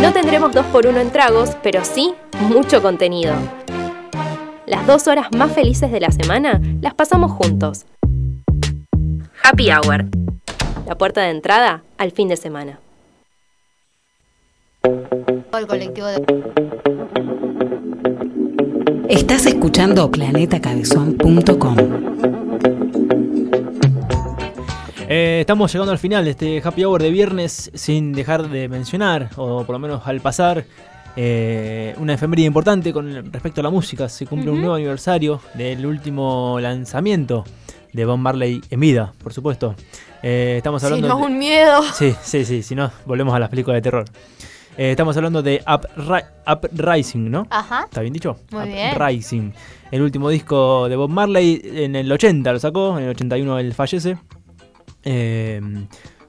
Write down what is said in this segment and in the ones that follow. No tendremos 2x1 en tragos, pero sí mucho contenido. Las dos horas más felices de la semana las pasamos juntos. Happy Hour. La puerta de entrada al fin de semana. El colectivo de... Estás escuchando planetacabezón.com. Eh, estamos llegando al final de este happy hour de viernes sin dejar de mencionar, o por lo menos al pasar, eh, una efeméride importante con respecto a la música. Se cumple un nuevo aniversario del último lanzamiento de Bob Marley en vida, por supuesto. Eh, estamos Si hablando no, de- un miedo. Sí, sí, sí, si no, volvemos a las películas de terror. Eh, estamos hablando de Upri- Uprising, ¿no? Ajá. ¿Está bien dicho? Ah, Muy bien. Rising. El último disco de Bob Marley en el 80 lo sacó, en el 81 él fallece. Eh,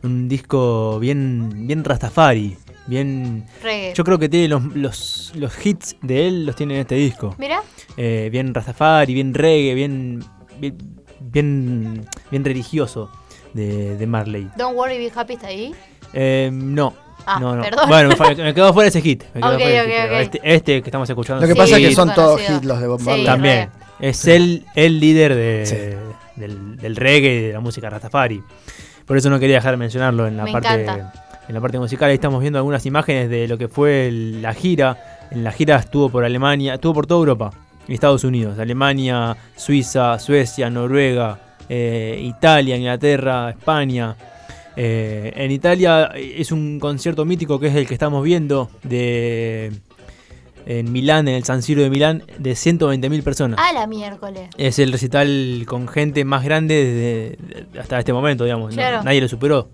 un disco bien, bien rastafari, bien... Reggae. Yo creo que tiene los, los, los hits de él los tiene en este disco. Mira, Eh, bien rastafari, bien reggae, bien... bien bien, bien religioso de, de Marley. Don't Worry Be Happy está ahí. Eh, no. Ah, no, no. perdón. Bueno, me, fa- me quedó fuera ese hit. Me quedó Ok, fuera ese ok, hit, pero ok. Este, este que estamos escuchando. Lo que es un pasa es que hit. son todos conocido. hit los de Bob Sí, Marley. También. Es el, el líder de, Sí. del, del reggae y de la música Rastafari. Por eso no quería dejar de mencionarlo en la Me parte encanta. en la parte musical. Ahí estamos viendo algunas imágenes de lo que fue el- la gira. En la gira estuvo por Alemania, estuvo por toda Europa y Estados Unidos. Alemania, Suiza, Suecia, Noruega, eh, Italia, Inglaterra, España. Eh, en Italia es un concierto mítico que es el que estamos viendo de en Milán, en el San Siro de Milán, de 120.000 personas. A la miércoles. Es el recital con gente más grande desde- de- hasta este momento, digamos. No- Claro. nadie lo superó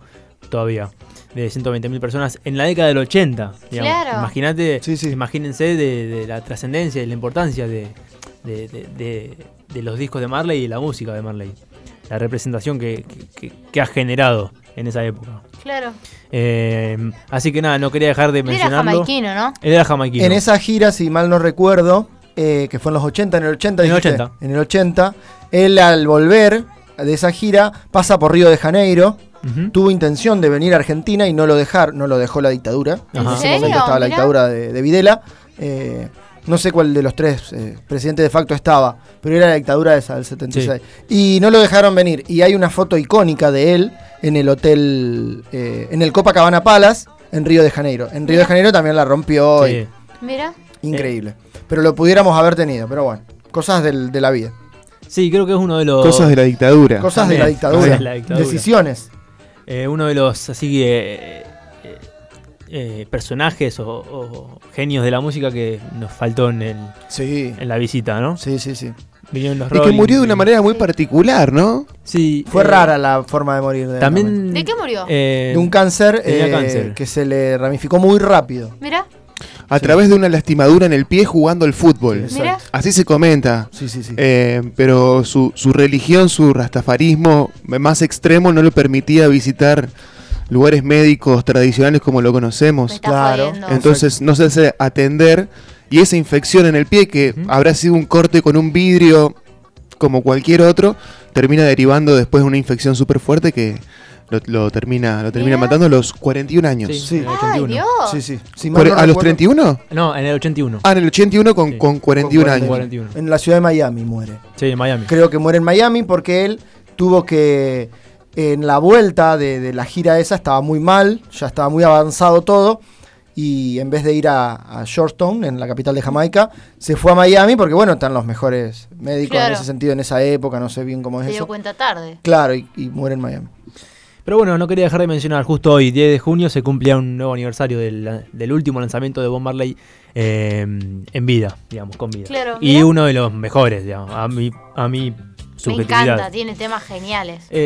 todavía. De 120.000 personas en la década del 80. digamos. Claro. Imagínate, Sí, sí. imagínense de, de la trascendencia y la importancia de, de- de- de- de los discos de Marley y de la música de Marley. La representación que, que- que- que ha generado en esa época. Claro. Eh, así que nada, no quería dejar de Mira, mencionarlo. jamaiquino, ¿no? Él era jamaiquino. En esa gira, si mal no recuerdo, eh, que fue en los 80, en el 80, En el dijiste, 80. en el 80, él al volver de esa gira pasa por Río de Janeiro, Ujú. tuvo intención de venir a Argentina y no lo dejar, no lo dejó la dictadura. ¿En En ese serio? momento estaba la Mirá. dictadura de, de Videla. eh, no sé cuál de los tres eh, presidentes de facto estaba, pero era la dictadura esa del 76. Y no lo dejaron venir. Y hay una foto icónica de él en el hotel, eh, en el Copacabana Palace, en Río de Janeiro. En Río de Janeiro también la rompió. y- Sí. Mira. Increíble. Pero lo pudiéramos haber tenido, pero bueno. Cosas del- de la vida. Sí, creo que es uno de los. Cosas de la dictadura. Cosas de También, la dictadura. cosas de la dictadura. Decisiones. Eh, uno de los así eh, eh, eh, personajes o, o genios de la música que nos faltó en, el- Sí. en la visita, ¿no? Sí, sí, sí. Vinieron los Y que Rolling, murió de una vinieron- manera muy particular, ¿no? Sí. Fue eh, rara la forma de morir. De él También. ¿De qué murió? eh, De un cáncer, tenía eh, cáncer. que se le ramificó muy rápido. Mira. A través de una lastimadura en el pie jugando al fútbol. Sí. Mira. Así se comenta. Sí, sí, sí. Eh, pero su, su religión, su rastafarismo más extremo no le permitía visitar lugares médicos tradicionales como lo Me conocemos. está Claro. jodiendo. Entonces no se hace atender y esa infección en el pie, que Ujú. habrá sido un corte con un vidrio como cualquier otro, termina derivando después de una infección súper fuerte que lo, lo termina, lo termina Mirá. matando a los 41 años. sí, Sí. en el Ay, 81. Dios. Sí, sí. Si Cuare- mal no ¿A los recuerdo, 31? No, en el 81. Ah, en el 81 con, Sí. con 41 años. 41. En la ciudad de Miami muere. Sí, en Miami. Creo que muere en Miami porque él tuvo que. En la vuelta de, de la gira esa estaba muy mal, ya estaba muy avanzado todo. Y en vez de ir a, a Georgetown, en la capital de Jamaica, se fue a Miami porque, bueno, están los mejores médicos en Claro. ese sentido en esa época, no sé bien cómo es Se dio eso. cuenta tarde. Claro, y, y muere en Miami. Pero bueno, no quería dejar de mencionar, justo hoy, 10 de junio, se cumplía un nuevo aniversario del, del último lanzamiento de Bob Marley eh, en vida, digamos, con vida. Claro, y mirá. uno de los mejores, digamos, a mi, a mi Me subjetividad. encanta, tiene temas geniales. Eh,